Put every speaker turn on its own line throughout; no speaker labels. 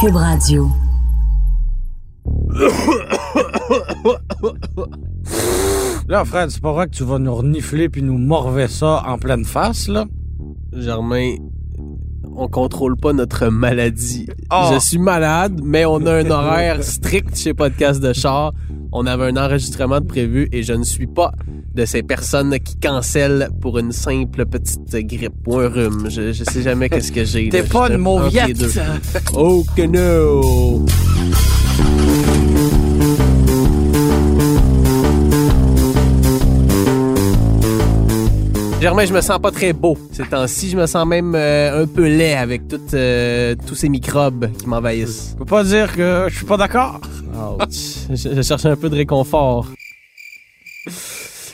Cube Radio.
Là, Fred, c'est pas vrai que tu vas nous renifler puis nous morver ça en pleine face, là?
Germain, on contrôle pas notre maladie.
Ah.
Je suis malade, mais on a un horaire strict chez Podcast de Char. On avait un enregistrement de prévu et je ne suis pas de ces personnes qui cancellent pour une simple petite grippe ou un rhume. Je, je sais jamais qu'est-ce que j'ai.
T'es
là.
pas
Je
une
entre les deux.
mauviette!
Oh que no! Germain, je me sens pas très beau ces temps-ci. Je me sens même euh, un peu laid avec toutes, euh, tous ces microbes qui m'envahissent.
Je peux pas dire que je suis pas d'accord.
Ouch. je, je cherchais un peu de réconfort.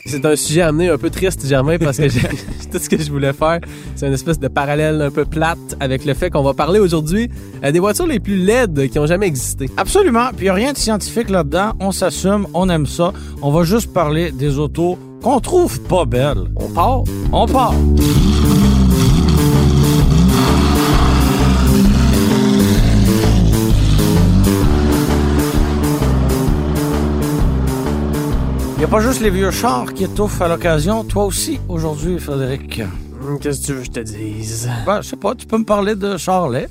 C'est un sujet amené un peu triste, Germain, parce que j'ai- tout ce que je voulais faire, c'est une espèce de parallèle un peu plate avec le fait qu'on va parler aujourd'hui euh, des voitures les plus laides qui ont jamais existé.
Absolument. Puis y a rien de scientifique là-dedans. On s'assume, on aime ça. On va juste parler des autos qu'on trouve pas belles.
On part.
On part. Y a pas juste les vieux chars qui étouffent à l'occasion. Toi aussi, aujourd'hui, Frédéric.
Hmm, Qu'est-ce que tu veux que je te dise?
Ben, je sais pas, tu peux me parler de Charlet.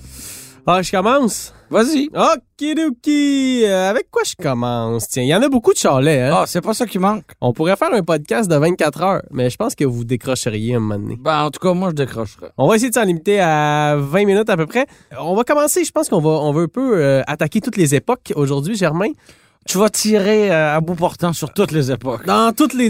Ah, je commence?
Vas-y.
Okidoki! Euh, avec quoi je commence? Tiens, il y en a beaucoup de chalets, hein?
Ah, c'est pas ça qui manque.
On pourrait faire un podcast de 24 heures, mais je pense que vous décrocheriez un moment donné.
Ben, en tout cas, moi, je décrocherai.
On va essayer de s'en limiter à 20 minutes à peu près. Euh, On va commencer, je pense qu'on va, on va un peu euh, attaquer toutes les époques aujourd'hui, Germain.
Tu vas tirer euh, à bout portant sur toutes les époques.
Dans toutes les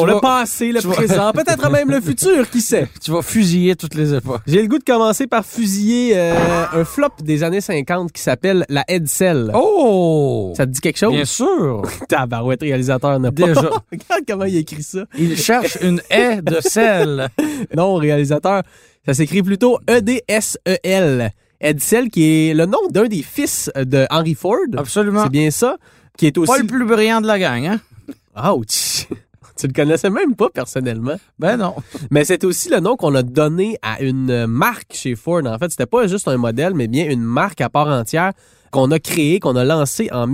Tu
le
vas-
passé, le
tu vas-
présent, peut-être même le futur, qui sait.
Tu vas fusiller toutes les époques.
J'ai le goût de commencer par fusiller euh, un flop des années 50 qui s'appelle la Edsel.
Oh!
Ça te dit quelque chose?
Bien sûr!
Tabarouette, réalisateur n'a pas.
Déjà.
Regarde comment il écrit ça.
Il cherche une haie de sel.
Non, réalisateur, ça s'écrit plutôt E E-D-S-E-L. Edsel, qui est le nom d'un des fils de Henry Ford.
Absolument.
C'est bien ça. Qui est aussi.
Pas le plus brillant de la gang, hein?
Ouch! Tu le connaissais même pas personnellement.
Ben non.
Mais c'est aussi le nom qu'on a donné à une euh, marque chez Ford. En fait, c'était pas juste un modèle, mais bien une marque à part entière qu'on a créée, qu'on a lancée en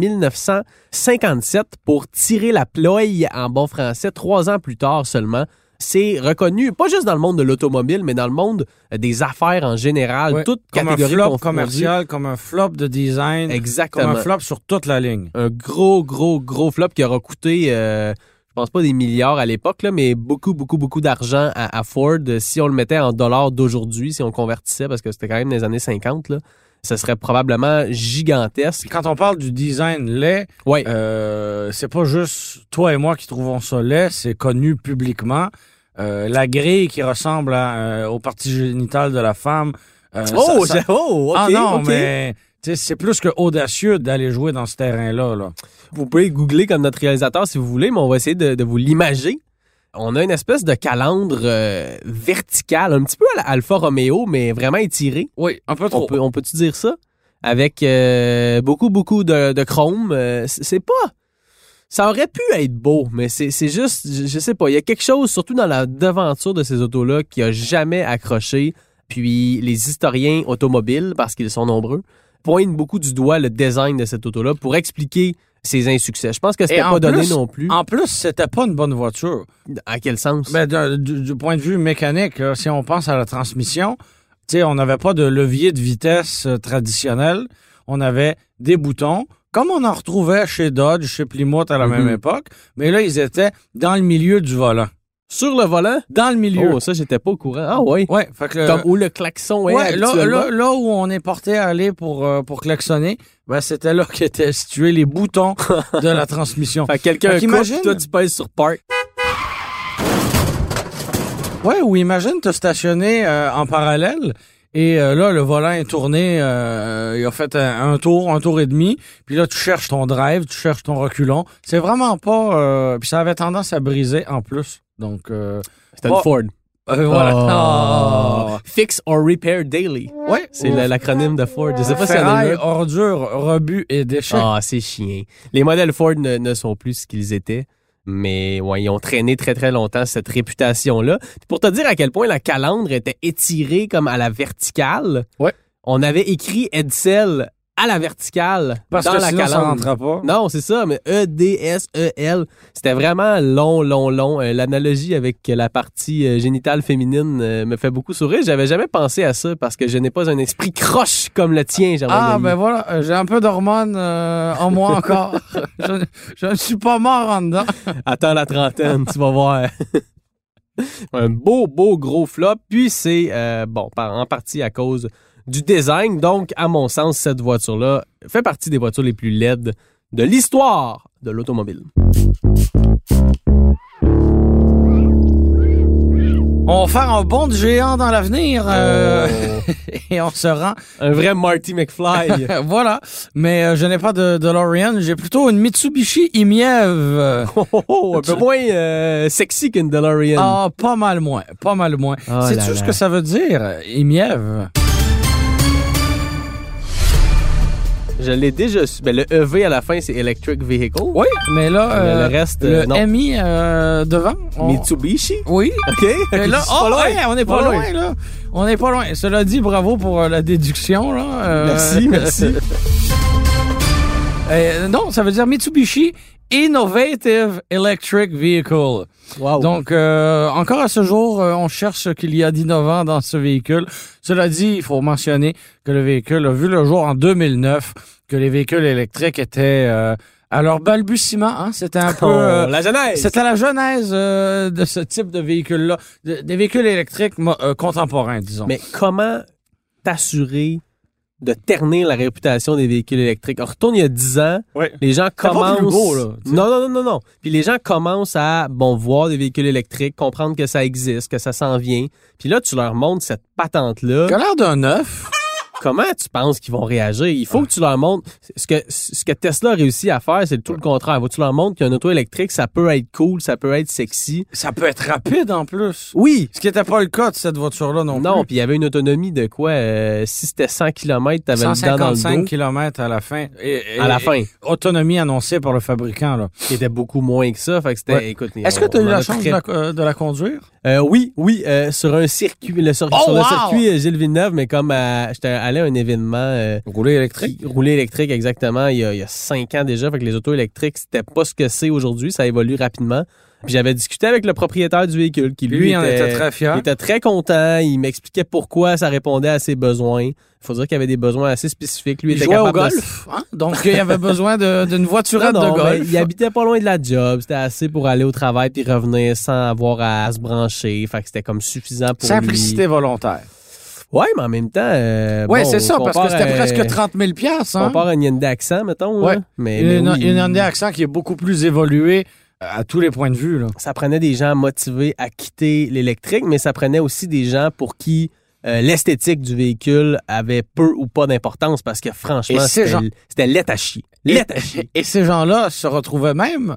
1957 pour tirer la ploie en bon français trois ans plus tard seulement. C'est reconnu, pas juste dans le monde de l'automobile, mais dans le monde des affaires en général,
Ouais,
toute
comme un
catégorie
flop
confondue.
commercial, comme un flop de design,
Exactement.
comme un flop sur toute la ligne.
un gros, gros, gros flop qui aura coûté, euh, je pense pas des milliards à l'époque, là, mais beaucoup, beaucoup, beaucoup d'argent à, à Ford. Si on le mettait en dollars d'aujourd'hui, si on convertissait, parce que c'était quand même des années 50, là, ce serait probablement
Puis
gigantesque.
quand on parle du design laid,
Ouais.
euh, c'est pas juste toi et moi qui trouvons ça laid, c'est connu publiquement. Euh, la grille qui ressemble à, euh, aux parties génitales de la femme. euh,
oh,
ça- ça-
j'ai- oh, ok,
ah non,
ok.
mais tu sais, c'est plus que audacieux d'aller jouer dans ce terrain-là. Là.
Vous pouvez googler comme notre réalisateur si vous voulez, mais on va essayer de, de vous l'imager. On a une espèce de calandre euh, verticale, un petit peu à la Alfa Romeo, mais vraiment étiré.
Oui, un peu
On
trop.
peut, on peut-tu dire ça? Avec euh, beaucoup, beaucoup de, de chrome. euh, c- c'est pas. Ça aurait pu être beau, mais c'est, c'est juste, je, je sais pas. Il y a quelque chose, surtout dans la devanture de ces autos-là, qui a jamais accroché. Puis les historiens automobiles, parce qu'ils sont nombreux, pointent beaucoup du doigt le design de cette auto-là pour expliquer ses insuccès. Je pense que c'était
Et en
pas donné
plus-
non plus.
En plus, c'était pas une bonne voiture.
À quel sens?
Ben, d'un- du, du point de vue mécanique, là, si on pense à la transmission, tu sais, on n'avait pas de levier de vitesse euh, traditionnel. On avait des boutons, comme on en retrouvait chez Dodge, chez Plymouth à la
Mhm.
même époque. Mais là, ils étaient dans le milieu du volant.
Sur le volant?
Dans le milieu.
Oh, ça, j'étais pas au courant. Ah ouais.
Ouais, fait que le-
Comme où le klaxon est
Euh, ouais, là,
habituellement.
là- là où on est porté à aller pour, euh, pour klaxonner, ben, c'était là qu'étaient situés les boutons de la transmission.
Fait que quelqu'un
Fait
coupe,
qu'imagine-
toi tu pèses sur park.
Ouais, ou imagine te stationner euh, en parallèle Et euh, là, le volant est tourné, euh, il a fait un, un tour, un tour et demi. Puis là, tu cherches ton drive, tu cherches ton reculon. C'est vraiment pas... euh, puis ça avait tendance à briser en plus. Donc, euh,
C'était une
Oh.
Ford.
euh, voilà.
Oh. Fix or repair daily.
Ah. Ouais,
C'est la- l'acronyme de Ford. Je sais Oh. pas si en a
Ferraille, Oh,
une autre.
ordure, rebut et déchets.
Ah, c'est chien. Les modèles Ford ne, ne sont plus ce qu'ils étaient. Mais ouais, ils ont traîné très très longtemps cette réputation-là. Puis Pour te dire à quel point la calandre était étirée comme à la verticale,
Ouais.
on avait écrit Edsel à la verticale
Parce
dans
que
la
sinon, ça
calandre.
rentrait pas.
Non, c'est ça, mais E E-D-S-E-L. C'était vraiment long, long, long. Euh, L'analogie avec euh, la partie euh, génitale féminine euh, me fait beaucoup sourire. J'avais jamais pensé à ça parce que je n'ai pas un esprit croche comme le tien, Germain.
Ah,
Denis.
ben voilà, euh, j'ai un peu d'hormones euh, en moi encore. je, je ne suis pas mort en dedans.
Attends la trentaine, tu vas voir. un beau, beau, gros flop. Puis c'est, euh, bon, par- en partie à cause du design. Donc, à mon sens, cette voiture-là fait partie des voitures les plus laides de l'histoire de l'automobile.
On va faire un bond de géant dans l'avenir euh,
Oh,
et on se rend.
un vrai Marty McFly.
Euh, voilà. Mais euh, je n'ai pas de DeLorean, j'ai plutôt une Mitsubishi Imiev. euh,
Oh, oh, oh, un peu moins euh, sexy qu'une DeLorean.
Ah, pas mal moins, pas mal moins.
Oh là
Sais-tu ce
là.
que ça veut dire, euh, Imiev?
Je l'ai déjà su. Ben, le EV à la fin, c'est Electric Vehicle.
Oui, mais là,
Mais
euh,
le reste,
le
euh, non.
MI euh, devant. on-
Oh. Mitsubishi.
Oui.
OK.
Et là,
C'est
oh,
pas loin.
ouais, on n'est pas
Pas
loin, là. On n'est pas loin. Cela dit, bravo pour euh, la déduction, là. Euh,
Merci, merci.
Euh, non, ça veut dire Mitsubishi Innovative Electric Vehicle.
Wow.
Donc, euh, encore à ce jour, euh, on cherche ce qu'il y a d'innovant dans ce véhicule. Cela dit, il faut mentionner que le véhicule a vu le jour en 2009, que les véhicules électriques étaient euh, à leur balbutiement. Hein, C'était un peu...
Oh,
euh,
la jeunesse.
c'était la genèse euh, de ce type de véhicule-là, de- des véhicules électriques mo- euh, contemporains, disons.
Mais comment t'assurer de ternir la réputation des véhicules électriques? On retourne il y a 10 ans,
Ouais.
les gens
pas plus
commencent...
beau, là, tu sais.
non, non, non, non, non. Puis les gens commencent à, bon, voir des véhicules électriques, comprendre que ça existe, que ça s'en vient. Puis là, tu leur montres cette patente-là.
Il a l'air d'un neuf.
Comment tu penses qu'ils vont réagir? Il faut que tu leur montres... Ce que, ce que Tesla a réussi à faire, c'est tout le contraire. Faut que tu leur montres qu'un auto électrique, ça peut être cool, ça peut être sexy.
Ça peut être rapide en plus.
Oui,
Ce qui n'était pas le cas de cette voiture-là non,
Non,
plus.
puis il y avait une autonomie de quoi? euh, si c'était 100 km, t'avais le dedans dans le dos.
155 km à la fin. Et- et-
à la
et-
fin.
Autonomie annoncée par le fabricant. là.
Qui était beaucoup moins que ça. Fait que c'était,
Ouais.
écoute,
Est-ce que
on-
tu as
on
eu
en
la
a
chance
très-
de la, euh, de la conduire?
Euh, oui, oui, euh, sur un circuit, le, sur,
Oh,
sur le
wow!
circuit euh, Gilles Villeneuve, mais comme à- j'étais allé à un événement euh,
Rouler électrique.
qui- roulé électrique exactement il y, a, il y a cinq ans déjà, fait que les autos électriques, c'était pas ce que c'est aujourd'hui, ça évolue rapidement. Puis j'avais discuté avec le propriétaire du véhicule qui lui,
Lui, il en était très
Il
fier.
était très content, il m'expliquait pourquoi ça répondait à ses besoins. Il faut dire qu'il avait des besoins assez spécifiques. Lui
Il
était
jouait au
capable de-
golf. hein? Donc, il avait besoin de- d'une voiturette
Non, non,
de
mais
golf.
il habitait pas loin de la job. C'était assez pour aller au travail puis revenir sans avoir à se brancher. Fait que c'était comme suffisant pour
Simplicité volontaire.
lui. Ouais, mais en même temps. euh,
Oui,
bon, euh,
c'est ça,
on
parce
part
que c'était
à-
presque 30 000 piastres,
On
hein?
part à une Hyundai Accent, mettons. là.
Ouais.
Mais,
Une,
mais Eh ben oui,
une Hyundai Accent qui est beaucoup plus évoluée euh, à tous les points de vue. Là.
Ça prenait des gens motivés à quitter l'électrique, mais ça prenait aussi des gens pour qui. euh, L'esthétique du véhicule avait peu ou pas d'importance parce que franchement,
Et ces
c'était
gens-
c'était laid à chier. Laid à chier.
Et ces gens-là se retrouvaient même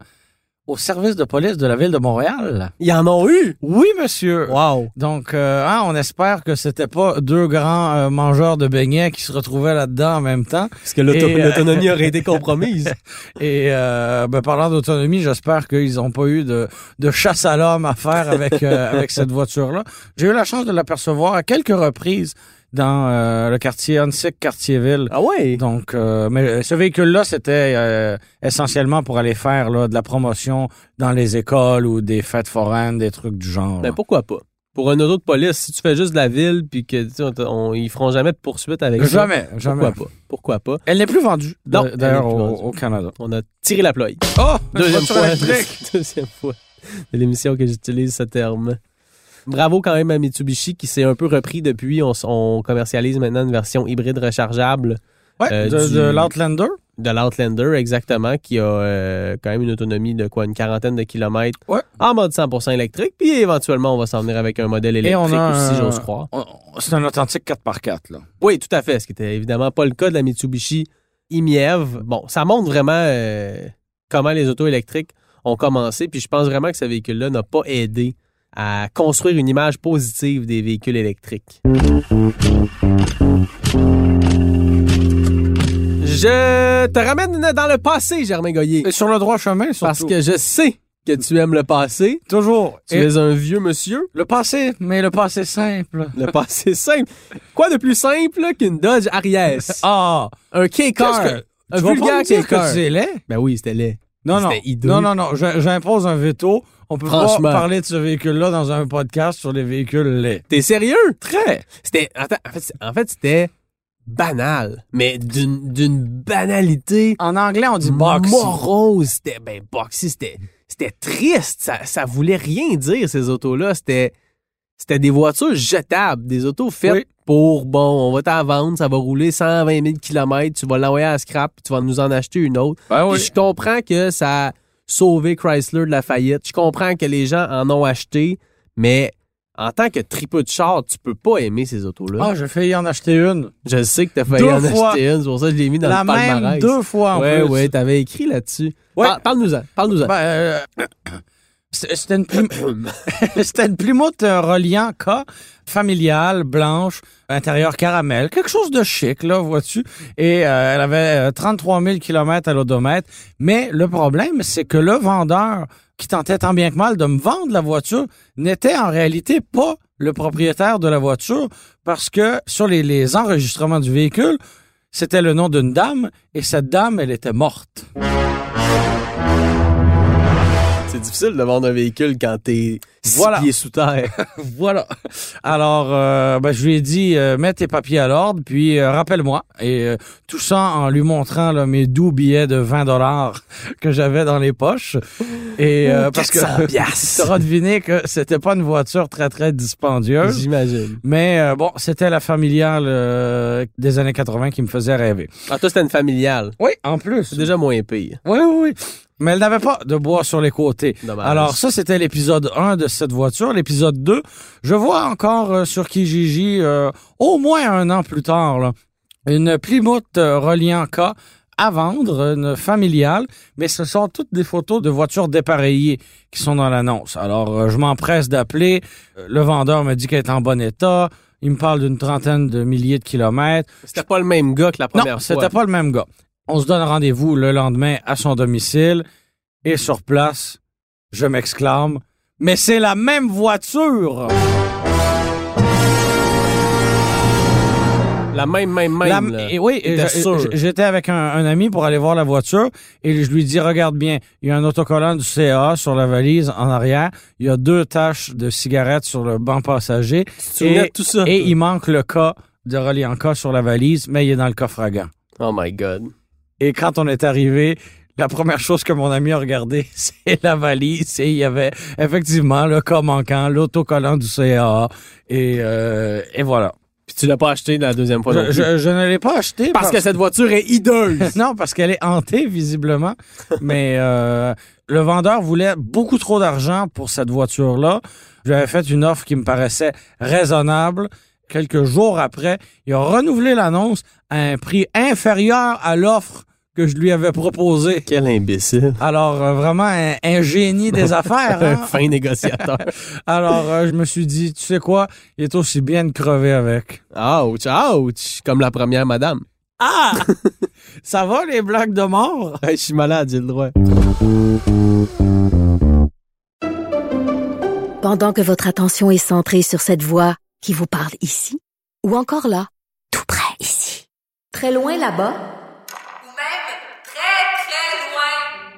au service de police de la ville de Montréal.
Ils en ont eu.
Oui, monsieur.
Wow.
Donc, euh, hein, on espère que c'était pas deux grands euh, mangeurs de beignets qui se retrouvaient là-dedans en même temps.
Parce que
l'auto-
l'autonomie aurait été compromise.
Et euh, ben, parlant d'autonomie, j'espère qu'ils n'ont pas eu de, de chasse à l'homme à faire avec, euh, avec cette voiture-là. J'ai eu la chance de l'apercevoir à quelques reprises dans euh, le quartier Hansik, quartier-ville.
Ah ouais.
Donc, euh, mais euh, ce véhicule-là, c'était euh, essentiellement pour aller faire là, de la promotion dans les écoles ou des fêtes foraines, des trucs du genre.
Ben pourquoi pas? Pour un auto de police, si tu fais juste de la ville puis que tu sais, on te- on- ils feront jamais de poursuite avec ça,
jamais, jamais.
Pourquoi pas? Pourquoi pas?
Elle n'est plus vendue,
Non,
d- d'ailleurs,
elle n'est plus
au,
vendue.
au Canada.
On a tiré la ploie.
Oh,
Deuxième
voiture
fois.
électrique!
Deuxième fois de l'émission que j'utilise ce terme. Bravo quand même à Mitsubishi qui s'est un peu repris depuis. On, s- on commercialise maintenant une version hybride rechargeable
Ouais,
Euh,
de,
du-
de l'Outlander.
de l'Outlander, exactement, qui a euh, quand même une autonomie de quoi, une quarantaine de kilomètres
Ouais.
en mode 100% électrique. Puis éventuellement, on va s'en venir avec un modèle électrique
on a
aussi,
un-
j'ose croire.
On- on- C'est un authentique 4x4, là.
Oui, tout à fait, ce qui était évidemment pas le cas de la Mitsubishi Imiev. E Bon, ça montre vraiment euh, comment les autos électriques ont commencé, puis je pense vraiment que ce véhicule-là n'a pas aidé à construire une image positive des véhicules électriques. Je te ramène dans le passé, Germain Goyer,
Et sur le droit chemin, surtout.
parce que je sais que tu aimes le passé.
Toujours.
Tu
Et
es un vieux monsieur.
Le passé, mais le passé simple.
Le passé simple. Quoi de plus simple qu'une Dodge Ariès?
Ah!
Un K-Car.
Qu'est-ce que-
Un
tu vas pas
vulgaire
me dire
K-Car.
que c'est laid?
Ben oui, c'était laid.
Non, non.
C'était hideux.
Non, non, non. Je- J'impose un veto. On peut pas
Franchement.
parler de ce véhicule-là dans un podcast sur les véhicules laids.
T'es sérieux? Très. C'était. attends, en fait, c'est- en fait, c'était banal, mais d'une d'une banalité
En anglais, on dit box.
morose. C'était. Ben, boxy, c'était. C'était triste. Ça, ça voulait rien dire, ces autos-là. C'était. C'était des voitures jetables, des autos faites
Oui.
pour, bon, on va t'en vendre, ça va rouler 120 000 km, tu vas l'envoyer à la scrap, puis tu vas nous en acheter une autre.
Ben
Puis Je comprends que ça a sauvé Chrysler de la faillite. Je comprends que les gens en ont acheté, mais en tant que tripeux de char, tu peux pas aimer ces autos-là.
Ah, j'ai failli en acheter une.
je sais que t'as failli
deux
en
fois.
acheter une, c'est pour ça que je l'ai mis dans
La
le
même
palmarès.
deux fois Ah, en
ouais,
plus.
ouais, t'avais écrit là-dessus.
Ouais.
Par- Parle-nous-en, parle-nous-en.
Ben, euh, c'était c'était une plume. C'était une Plymouth euh, reliant K, familiale, blanche, intérieur caramel. Quelque chose de chic, là, vois-tu. Et euh, elle avait euh, 33 000 km à l'odomètre. Mais le problème, c'est que le vendeur qui tentait tant bien que mal de me vendre la voiture n'était en réalité pas le propriétaire de la voiture parce que sur les, les enregistrements du véhicule, c'était le nom d'une dame et cette dame, elle était morte.
C'est difficile de vendre un véhicule quand t'es six
Voilà.
pieds sous terre.
Voilà. Alors, euh, ben, je lui ai dit, euh, mets tes papiers à l'ordre, puis euh, rappelle-moi. Et euh, tout ça en lui montrant là, mes doux billets de 20 dollars que j'avais dans les poches. Et euh, parce que
400
tu
piastres.
auras deviné que c'était pas une voiture très, très dispendieuse.
J'imagine.
Mais euh, bon, c'était la familiale euh, des années 80 qui me faisait rêver.
Ah, toi, c'était une familiale.
Oui, en plus.
C'est déjà moins pire.
Oui, oui, oui. Mais elle n'avait pas de bois sur les côtés.
Dommage.
Alors ça, c'était l'épisode 1 de cette voiture. L'épisode 2, je vois encore euh, sur Kijiji, euh, au moins un an plus tard, là, une Plymouth euh, reliant K à vendre, une familiale, mais ce sont toutes des photos de voitures dépareillées qui sont dans l'annonce. Alors, euh, je m'empresse d'appeler. Euh, Le vendeur me dit qu'elle est en bon état. Il me parle d'une trentaine de milliers de kilomètres.
C'était pas le même gars que la première
Non,
fois.
c'était pas le même gars. On se donne rendez-vous le lendemain à son domicile et sur place, je m'exclame Mais c'est la même voiture
La même, même, même.
La-
là.
et Oui, et
T'étais
je-
sûr.
je- j'étais avec un, un ami pour aller voir la voiture et je lui dis Regarde bien, il y a un autocollant du CA sur la valise en arrière, il y a deux taches de cigarettes sur le banc passager
Tu te souvenais de tout ça.
et il manque le cas de reliant cas sur la valise, mais il est dans le coffre à gants.
Oh my God.
Et quand on est arrivé, la première chose que mon ami a regardé, c'est la valise. Et il y avait effectivement le cas manquant, l'autocollant du CAA. Et, euh, et voilà.
Puis tu l'as pas acheté la deuxième fois. non
Je,
plus.
je- je ne l'ai pas acheté.
parce que cette voiture est hideuse.
Non, parce qu'elle est hantée, visiblement. Mais euh, le vendeur voulait beaucoup trop d'argent pour cette voiture-là. J'avais fait une offre qui me paraissait raisonnable. Quelques jours après, il a renouvelé l'annonce à un prix inférieur à l'offre que je lui avais proposée.
Quel imbécile.
Alors, euh, vraiment un, un génie des affaires.
Un
hein?
fin négociateur.
Alors, euh, je me suis dit, tu sais quoi, il est aussi bien de crever avec.
ouch, ouch. Comme la première madame.
Ah! Ça va, les blagues de mort?
Hey, je suis malade, j'ai le droit.
Pendant que votre attention est centrée sur cette voix qui vous parle ici, ou encore là, tout près ici, très loin là-bas,
ou même très très loin.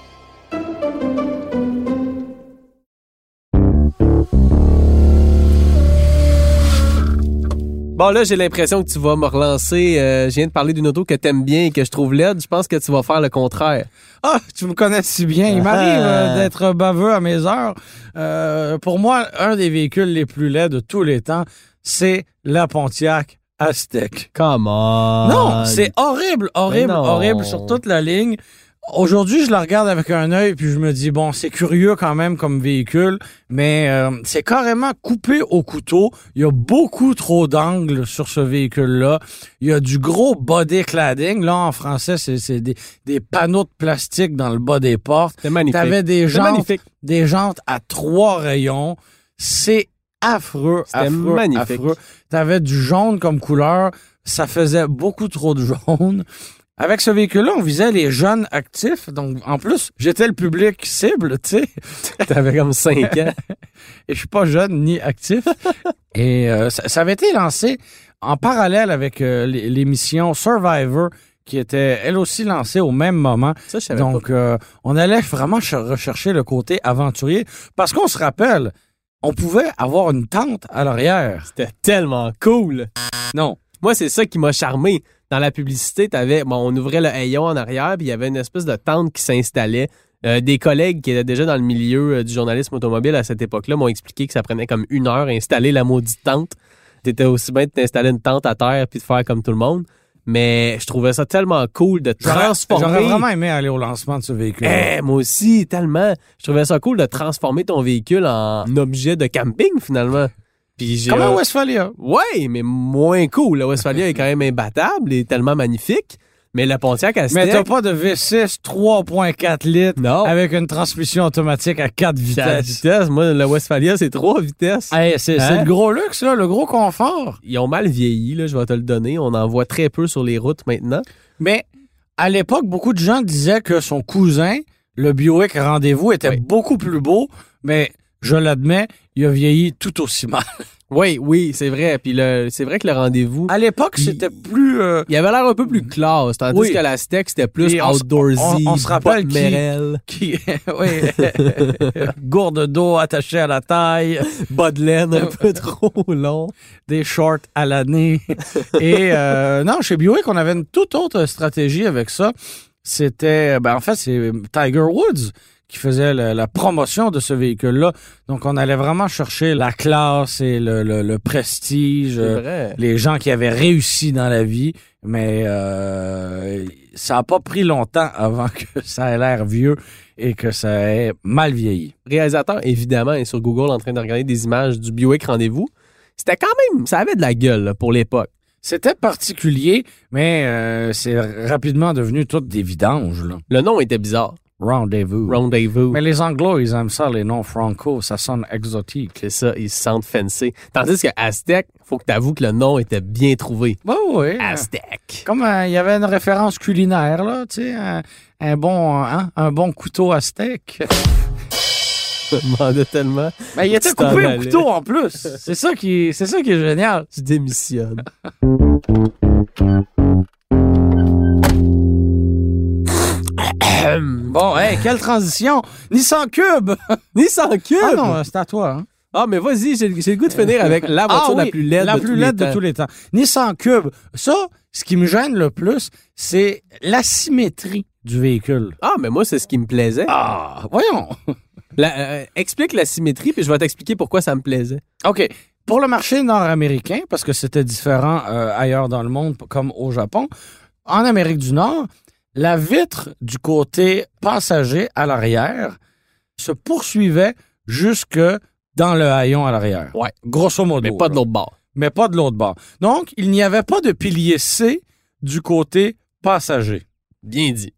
Bon, là, j'ai l'impression que tu vas me relancer. euh, je viens de parler d'une auto que t'aimes bien et que je trouve laide. Je pense que tu vas faire le contraire.
Ah, tu me connais si bien. Il m'arrive euh, d'être baveux à mes heures. Euh, pour moi, un des véhicules les plus laids de tous les temps, c'est la Pontiac Aztec.
Come on.
non, c'est horrible, horrible,
Mais Ah, non.
horrible sur toute la ligne. Aujourd'hui, je la regarde avec un œil puis je me dis bon, c'est curieux quand même comme véhicule, mais euh, c'est carrément coupé au couteau. Il y a beaucoup trop d'angles sur ce véhicule-là. Il y a du gros body cladding. Là, en français, c'est c'est des, des panneaux de plastique dans le bas des portes.
C'est magnifique.
T'avais des
C'est
jantes,
magnifique.
des jantes à trois rayons. C'est affreux,
C'était
affreux,
magnifique.
affreux. T'avais du jaune comme couleur. Ça faisait beaucoup trop de jaune. Avec ce véhicule-là, on visait les jeunes actifs. Donc, en plus, j'étais le public cible, tu sais.
T'avais comme 5 ans.
Et je suis pas jeune ni actif. Et euh, ça, ça avait été lancé en parallèle avec euh, l'é- l'émission Survivor, qui était elle aussi lancée au même moment.
Ça, je savais
Donc, euh, on allait vraiment ch- rechercher le côté aventurier parce qu'on se rappelle, on pouvait avoir une tente à l'arrière.
C'était tellement cool.
Non.
Moi, c'est ça qui m'a charmé. Dans la publicité, t'avais, bon, on ouvrait le hayon en arrière, puis il y avait une espèce de tente qui s'installait. Euh, des collègues qui étaient déjà dans le milieu euh, du journalisme automobile à cette époque-là m'ont expliqué que ça prenait comme une heure à installer la maudite tente. T'étais aussi bien de t'installer une tente à terre puis de faire comme tout le monde. Mais je trouvais ça tellement cool de
J'aurais
transformer.
j'aurais vraiment aimé aller au lancement de ce véhicule.
Eh, moi aussi, tellement. Je trouvais ça cool de transformer ton véhicule en objet de camping finalement. Puis j'ai
Comme à Westphalia.
Ouais, mais moins cool. La Westphalia est quand même imbattable et tellement magnifique. Mais la Pontiac
Mais t'as
Aztec,
pas de V6 3.4 litres
Non.
avec une transmission automatique à 4
c'est à
vitesses.
vitesse. Moi, la Westphalia, c'est trois vitesses.
Eh, c'est c'est
Hein?
le gros luxe, là, le gros confort.
Ils ont mal vieilli, là, je vais te le donner. On en voit très peu sur les routes maintenant.
Mais à l'époque, beaucoup de gens disaient que son cousin, le Buick Rendez-vous, était
Oui.
beaucoup plus beau, mais je l'admets, il a vieilli tout aussi mal.
Oui, oui, c'est vrai. Puis le- c'est vrai que le rendez-vous,
À l'époque,
Il-
c'était plus... euh,
il avait l'air un peu plus classe, tandis
Oui.
que l'Aztec, c'était plus
Et on s-
outdoorsy,
on- on se rappelle
bottes
qui-
Merrell,
qui, oui, gourde d'eau attachée à la taille,
bas de laine un peu trop long.
des shorts à l'année. Et euh, non, chez Buick, on avait une toute autre stratégie avec ça. C'était, ben, en fait, c'est Tiger Woods qui faisait la, la promotion de ce véhicule-là. Donc, on allait vraiment chercher la classe et le, le- le prestige,
C'est
euh,
vrai.
les gens qui avaient réussi dans la vie. Mais euh, ça n'a pas pris longtemps avant que ça ait l'air vieux et que ça ait mal vieilli.
réalisateur, évidemment, est sur Google en train de regarder des images du Buick Rendez-vous. C'était quand même, ça avait de la gueule là, pour l'époque.
C'était particulier, mais euh, c'est rapidement devenu toutes des vidanges. Là.
Le nom était bizarre.
Rendez-vous.
Rendez-vous.
Mais les Anglo, ils aiment ça, les noms franco, ça sonne exotique.
C'est ça, ils se sentent fancy. Tandis que Aztec, faut que t'avoues que le nom était bien trouvé.
Bah oui.
Aztec.
Comme euh, il y avait une référence culinaire, là, tu sais, un, un bon, euh, hein, un bon couteau aztèque.
Je me demandais tellement.
Mais il était
Tu t'en
coupé au
allais.
couteau en plus. C'est ça qui, c'est ça qui est génial.
Tu démissionnes.
Bon, hey, quelle transition! Nissan Cube!
Nissan Cube!
Ah non, c'est à toi. hein.
Ah, mais vas-y, j'ai j'ai le goût de finir avec la voiture
Ah oui,
la plus laide
la
de
plus
tous
laide
les temps.
de tous les temps. Nissan Cube. Ça, ce qui me gêne le plus, c'est l'asymétrie du véhicule.
Ah, mais moi, c'est ce qui me plaisait.
Ah, voyons.
La- euh, explique la symétrie, puis je vais t'expliquer pourquoi ça me plaisait.
OK. Pour le marché nord-américain, parce que c'était différent euh, ailleurs dans le monde, p- comme au Japon, en Amérique du Nord, la vitre du côté passager à l'arrière se poursuivait jusque dans le haillon à l'arrière.
Ouais.
Grosso modo.
Mais pas de
là.
l'autre bord.
Mais pas de l'autre bord. Donc, il n'y avait pas de pilier C du côté passager.
Bien dit.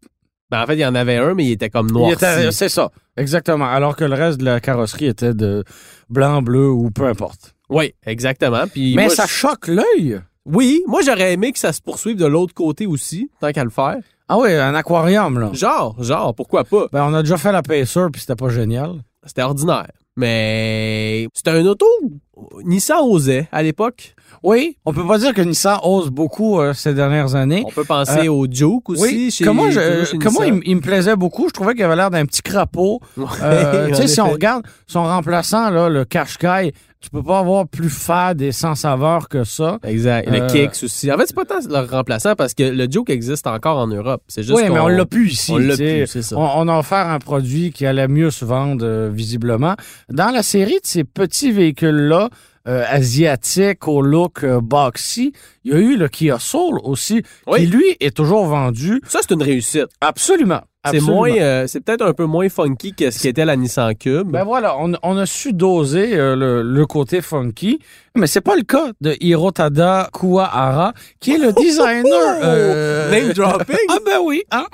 Ben, en fait, il y en avait un, mais il était comme
Il
noir.
était- euh, C'est ça. Exactement. Alors que le reste de la carrosserie était de blanc, bleu ou peu importe.
Oui, exactement. Puis
Mais
moi,
ça
je-
choque l'œil.
Oui, moi j'aurais aimé que ça se poursuive de l'autre côté aussi, tant qu'à le faire.
Ah oui, un aquarium, là.
Genre, genre, pourquoi pas?
Ben, on a déjà fait la Pacer, puis c'était pas génial.
C'était ordinaire. Mais c'était un auto. Nissan osait à l'époque.
Oui, on peut pas dire que Nissan ose beaucoup euh, ces dernières années.
On peut penser au Juke aussi.
Euh, oui,
chez,
comment,
toujours
je,
chez
comment il,
Nissan.
m- il me plaisait beaucoup. Je trouvais qu'il avait l'air d'un petit crapaud.
Ouais,
Euh, tu sais,
en
si on
effet.
regarde son remplaçant, là, le Qashqai, Tu peux pas avoir plus fade et sans saveur que ça.
Exact. Le
Euh,
Kicks aussi. En fait, c'est pas tant leur remplaçant parce que le Joke existe encore en Europe. C'est juste
oui, mais
qu'on-
on l'a plus ici.
on l'a
tu sais.
plus, c'est ça.
On, on a offert un produit qui allait mieux se vendre, euh, visiblement. Dans la série de ces petits véhicules-là, euh, asiatiques, au look euh, boxy, il y a eu le Kia Soul aussi, qui,
Oui.
lui, est toujours vendu.
Ça, c'est une réussite.
Absolument.
C'est
absolument.
moins, euh, c'est peut-être un peu moins funky que ce qu'était la Nissan Cube.
Ben voilà, on, on a su doser euh, le, le côté funky, mais c'est pas le cas de Hirotada Kuwahara, qui est le designer. euh,
Name dropping.
Ah ben oui, hein?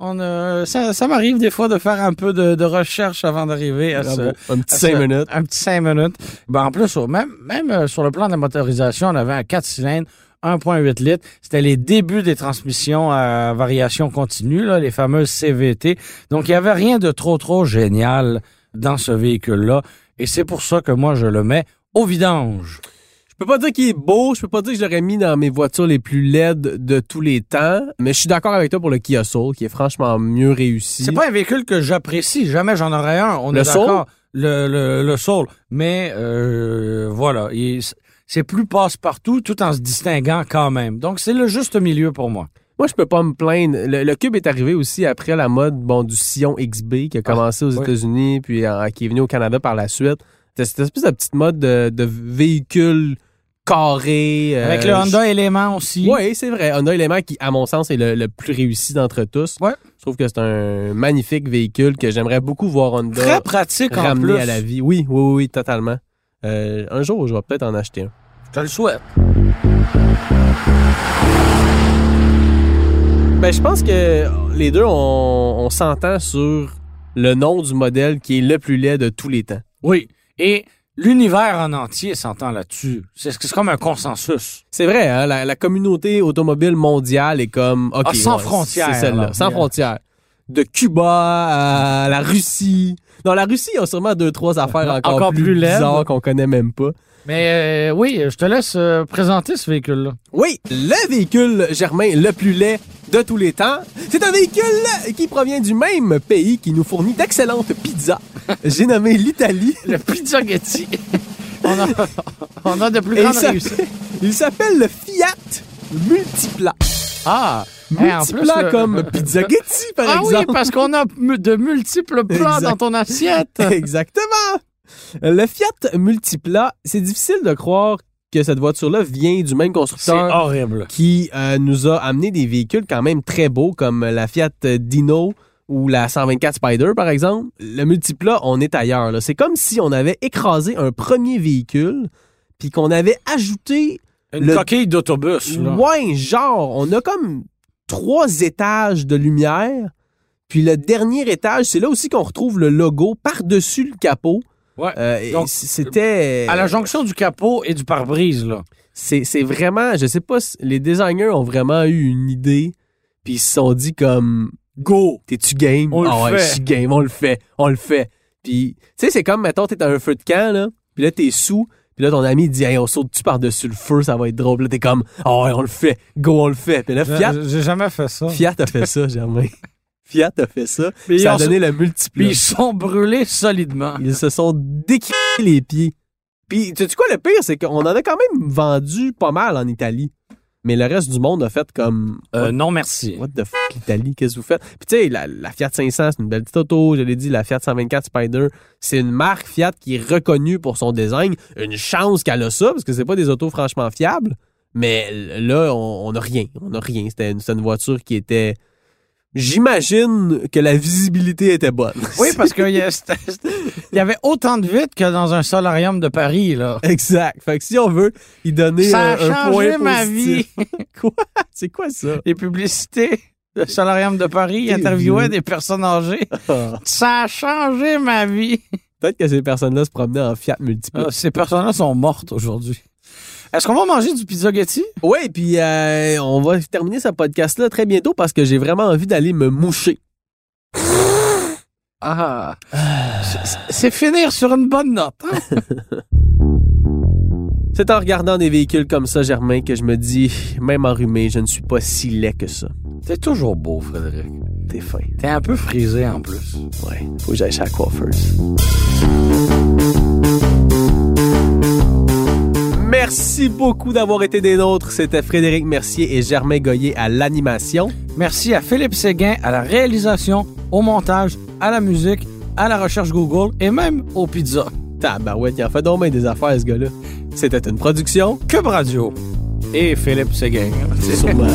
On, euh, ça, ça m'arrive des fois de faire un peu de, de recherche avant d'arriver à
Bravo.
ce...
Un petit
à
5
ce-
minutes.
Un petit 5 minutes. Ben, en plus, au- même, même euh, sur le plan de la motorisation, on avait un 4 cylindres, 1.8 litres. C'était les débuts des transmissions à variation continue, là, les fameuses CVT. Donc, il n'y avait rien de trop, trop génial dans ce véhicule-là. Et c'est pour ça que moi, je le mets au vidange.
Je peux pas dire qu'il est beau, je peux pas dire que je l'aurais mis dans mes voitures les plus laides de tous les temps, mais je suis d'accord avec toi pour le Kia Soul qui est franchement mieux réussi.
C'est pas un véhicule que j'apprécie. Jamais j'en aurais un. On
Le
est
Soul?
d'accord. Le, le, le Soul. Mais euh, voilà, il- c'est plus passe-partout tout en se distinguant quand même. Donc, c'est le juste milieu pour moi.
Moi, je peux pas me plaindre. Le, le Cube est arrivé aussi après la mode bon, du Sion XB
Ah,
qui a commencé aux
oui.
États-Unis puis euh, qui est venu au Canada par la suite. C'était cette espèce de petite mode de, de véhicule carré. euh,
Avec le Honda Element aussi.
Oui, c'est vrai. Honda Element qui, à mon sens, est le, le plus réussi d'entre tous.
Ouais.
Je trouve que c'est un magnifique véhicule que j'aimerais beaucoup voir Honda
Très pratique en
ramener
plus.
à la vie. Oui, oui, oui, oui, totalement. Euh, un jour, je vais peut-être en acheter un.
Je te le souhaite.
Ben, je pense que les deux, on, on s'entend sur le nom du modèle qui est le plus laid de tous les temps.
Oui. Et l'univers en entier s'entend là-dessus. C'est c'est comme un consensus.
C'est vrai, hein, la, la communauté automobile mondiale est comme... ok,
Ah, sans
ouais,
frontières,
C'est celle-là,
là.
sans
Yeah.
frontières. De Cuba à la Russie. Dans la Russie, il y a sûrement deux, trois affaires encore,
Encore plus laides.
bizarres qu'on connaît même pas.
Mais euh, oui, je te laisse euh, présenter ce véhicule-là.
Oui, le véhicule germain le plus laid de tous les temps. C'est un véhicule qui provient du même pays qui nous fournit d'excellentes pizzas. J'ai nommé l'Italie.
Le Pizza Getty. on, a, on a de plus
Et
grandes
il s'appelle-
réussites.
Il s'appelle le Fiat Multiplat.
Ah! eh, en plus,
Multiplat
le-
comme Pizzaghetti, par
ah
exemple.
oui, parce qu'on a mu- de multiples plats
Exact.
dans ton assiette.
Exactement. Le Fiat Multiplat, c'est difficile de croire que cette voiture-là vient du même constructeur
horrible.
qui euh, nous a amené des véhicules quand même très beaux comme la Fiat Dino ou la 124 Spider par exemple. Le Multiplat, on est ailleurs. là. C'est comme si on avait écrasé un premier véhicule puis qu'on avait ajouté
Une
Le-
coquille d'autobus. là.
Ouais, genre, on a comme trois étages de lumière. Puis le dernier étage, c'est là aussi qu'on retrouve le logo par-dessus le capot.
Ouais.
Euh, et
Donc,
c- c'était.
À la jonction du capot et du pare-brise, là.
C'est c'est vraiment. Je sais pas, si- les designers ont vraiment eu une idée. Puis ils se sont dit comme. Go! T'es-tu game?
On le
Ah
fait.
ouais, je suis game, on le fait, on le fait. Puis, tu sais, c'est comme, mettons, t'es à un feu de camp, là. Puis là, t'es sous. Puis là, ton ami dit, hey, on saute-tu par-dessus le feu, ça va être drôle. Puis là, t'es comme, ah ouais, on le fait, go, on le fait. Puis là, Fiat
J'ai jamais fait ça.
Fiat a fait ça, Germain. Fiat a fait ça.
Mais ils
ça a
ont-
donné le
Puis
multiplier.
ils sont brûlés solidement.
Ils se sont décriés les pieds. Puis, tu sais quoi, le pire, c'est qu'on en a quand même vendu pas mal en Italie. Mais le reste du monde a fait comme.
Euh, non, merci.
What the fuck, l'Italie, qu'est-ce que vous faites? Puis, tu sais, la, la Fiat 500, c'est une belle petite auto. Je l'ai dit, la Fiat 124 Spider, c'est une marque Fiat qui est reconnue pour son design. Une chance qu'elle a ça, parce que c'est pas des autos franchement fiables. Mais là, on n'a rien. On n'a rien. C'était une, c'était une voiture qui était. J'imagine que la visibilité était bonne.
Oui, parce qu'il y, a- c'était- c'était- il y avait autant de vitres que dans un solarium de Paris, là.
exact. Fait que si on veut y donner
Ça
un,
a
un point
changé ma
positif-
vie.
quoi? C'est quoi ça?
Les publicités. Le solarium de Paris
T'es
interviewait
vieux.
des personnes âgées.
Ah,
Ça a changé ma vie.
Peut-être que ces personnes-là se promenaient en Fiat multiple.
Ah, ces personnes-là sont mortes aujourd'hui. Est-ce qu'on va manger du pizza Getty?
Oui, puis euh, on va terminer ce podcast-là très bientôt parce que j'ai vraiment envie d'aller me moucher.
Ah. C'est- C'est finir sur une bonne note. hein?
C'est en regardant des véhicules comme ça, Germain, que je me dis, même enrhumé, je ne suis pas si laid que ça.
T'es toujours beau, Frédéric.
T'es fin.
T'es un peu frisé en plus.
Ouais, faut que j'aille chez la coiffeuse. Merci beaucoup d'avoir été des nôtres. C'était Frédéric Mercier et Germain Goyer à l'animation.
Merci à Philippe Séguin à la réalisation, au montage, à la musique, à la recherche Google et même aux pizzas.
Tabarouette, il en fait donc bien des affaires, ce gars-là. C'était une production.
Cube Radio et Philippe Séguin.
Sûrement.